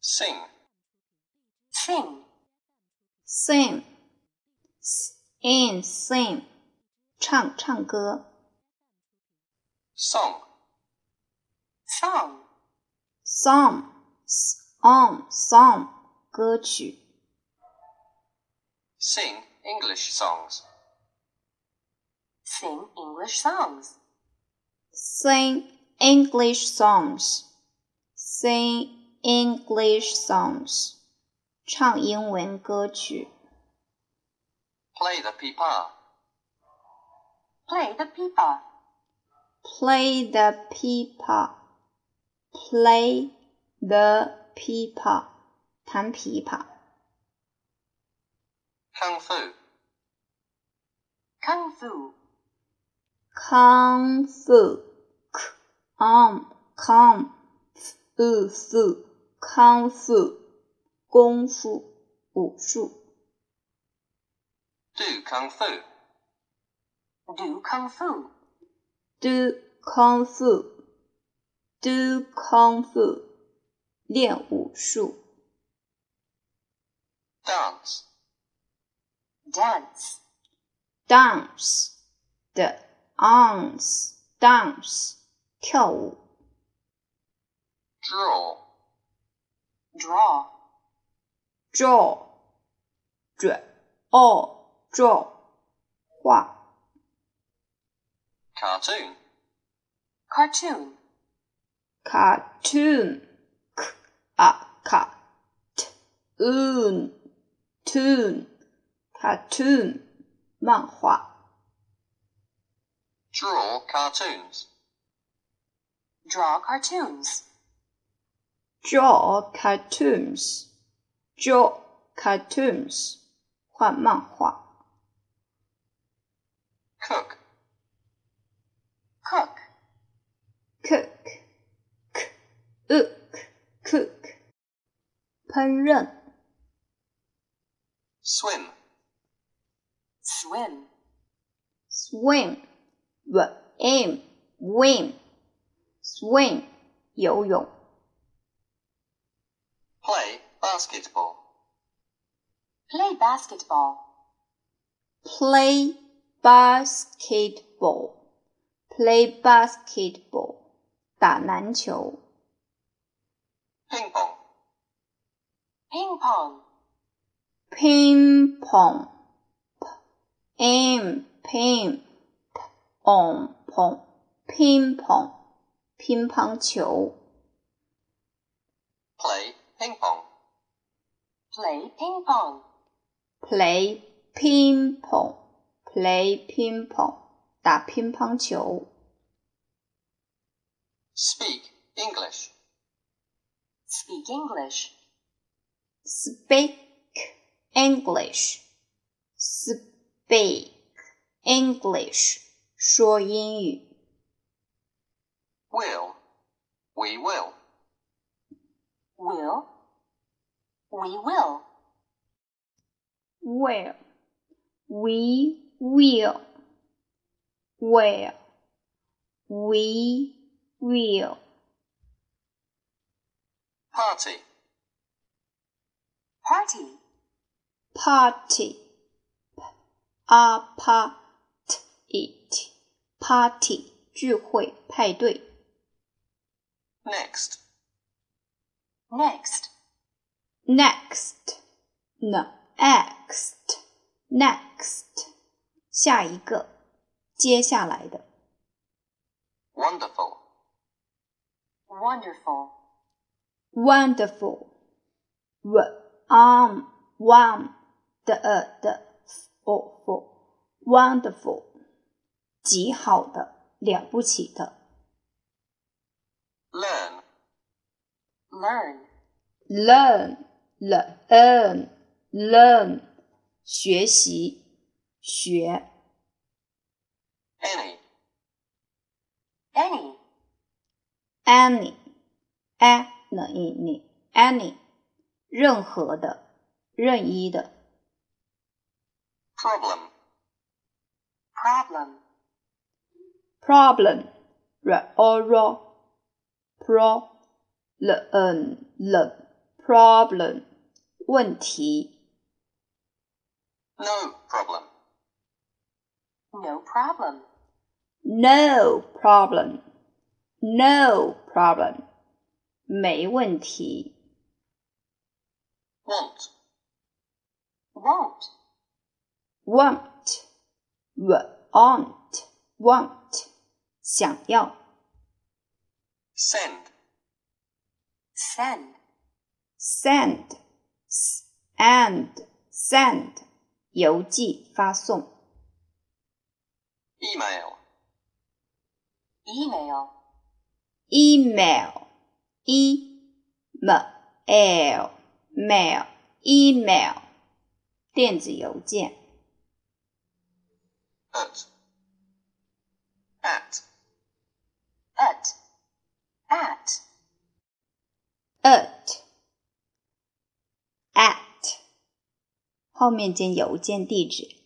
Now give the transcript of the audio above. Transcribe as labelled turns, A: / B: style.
A: sing,
B: sing,
C: sing s- in sing 唱唱歌
A: song,
B: song,
C: song s on song 歌曲
A: sing English songs,
B: sing English songs,
C: sing English songs sing English songs 唱英文歌曲
A: play the pipa,
B: play the pipa,
C: play the pipa play the pipa 弹琵琶
A: kung fu,
B: kung fu,
C: kung fu k on kung fu fu kung fu 功夫武术
A: do kung fu,
B: do kung fu,
C: do kung fu do kung fu 练武术
A: dance,
B: dance,
C: dance the dance dance 跳舞
A: draw,
B: draw,
C: draw 准 all draw 画。
A: cartoon,
B: cartoon,
C: cartoon 啊 c a c t oon toon cartoon 漫画
A: draw cartoons,
B: draw cartoons,
C: draw cartoons draw cartoons 画漫画
A: cook,
B: cook,
C: cook c ook cook 烹饪
A: swim,
B: swim,
C: swim w m win swim 游泳
A: play basketball,
B: play basketball,
C: play basketball, play basketball，打篮球。
A: ping pong,
B: ping pong,
C: ping pong, ping ping pong pong ping pong，乒乓球。
A: play ping pong,
B: play ping pong,
C: play ping pong, play ping pong，打乒乓球。
A: speak English,
B: speak English,
C: speak English, speak English，说英语。
A: will, we will,
B: will, we will,
C: Will, we will, will, we will
A: party,
B: party,
C: party, a party, party 聚会派对。
A: next,
B: next,
C: next, next, next，下一个，接下来的
A: wonderful,
B: wonderful,
C: wonderful, w on one 的呃的 for for wonderful，极好的，了不起的
A: learn,
B: learn,
C: learn learn learn，学习学
A: any,
B: any,
C: any any any 任何的、任意的
A: problem,
B: problem,
C: problem r o r o problem problem 问题
A: No problem.
B: No problem.
C: no problem no problem 没问题
A: Want.
B: Won't.
C: want want want 想要
A: Send.
B: Send.
C: send and send 邮寄发送
A: Email.
B: Email.
C: email email mail email 电子邮件
A: At. At.
B: At. At.
C: at at 后面接邮件地址